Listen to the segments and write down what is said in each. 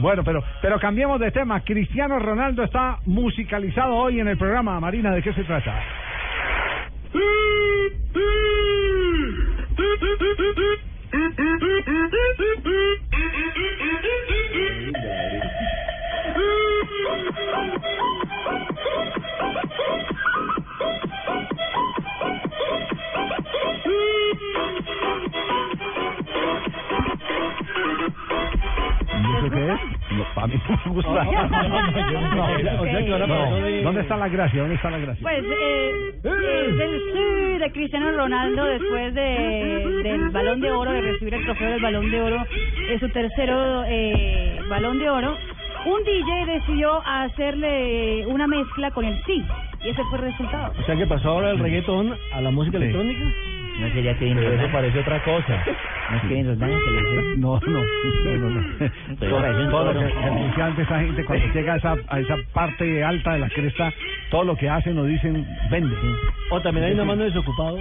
Bueno, pero, pero cambiemos de tema. Cristiano Ronaldo está musicalizado hoy en el programa. Marina, ¿de qué se trata? ¿Y eso qué es? No, a mí no me gusta. No, o sea- o sea que ahora pasó de- ¿Dónde está la gracia? ¿Dónde está la gracia? Pues eh, eh, del sí de Cristiano Ronaldo después de, del Balón de Oro, de recibir el trofeo del Balón de Oro, es su tercero eh, Balón de Oro, un DJ decidió hacerle una mezcla con el sí y ese fue el resultado. O sea que pasó ahora el reggaetón a la música Sí. electrónica. No sería que Pero eso Daniel. parece otra cosa. No es que los daños que le hicieron. No, no. no, no, no. Pero parece un Todo lo que toro. el oficial de esa gente cuando llega a esa, a esa parte alta de la cresta, todo lo que hacen o dicen vende. O también hay una mano desocupado.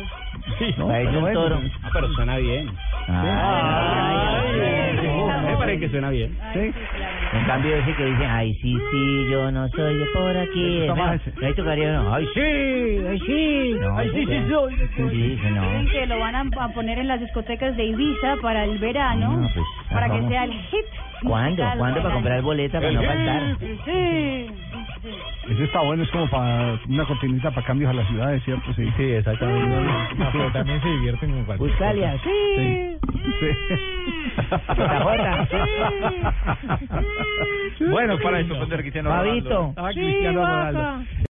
Sí, No, Parece pero un es- toro. Ah, pero suena bien. Ay, Ay, ay, Me Ah. ay. parece que suena bien. Ay, sí, claro. En cambio ese que dice, ay, sí, sí, yo no soy de por aquí. Eso está No, más ese. ahí tocaría uno, ay, sí, ay, sí. No, Ay, sí, sí, no. soy de por Sí, sí, no. Dicen que lo van a, a poner en las discotecas de Ibiza para el verano, No, pues, para que vamos. sea el hit. ¿Cuándo? musical ¿Cuándo para del comprar año. boleta para no faltar? Sí, sí. Eso está bueno, es como para una cortinita para cambios a las ciudades, ¿cierto? Sí, sí exactamente. Pero también se divierte en un Buscalia, sí. La jota. Bueno, para esto, Babito. Cristiano Ronaldo.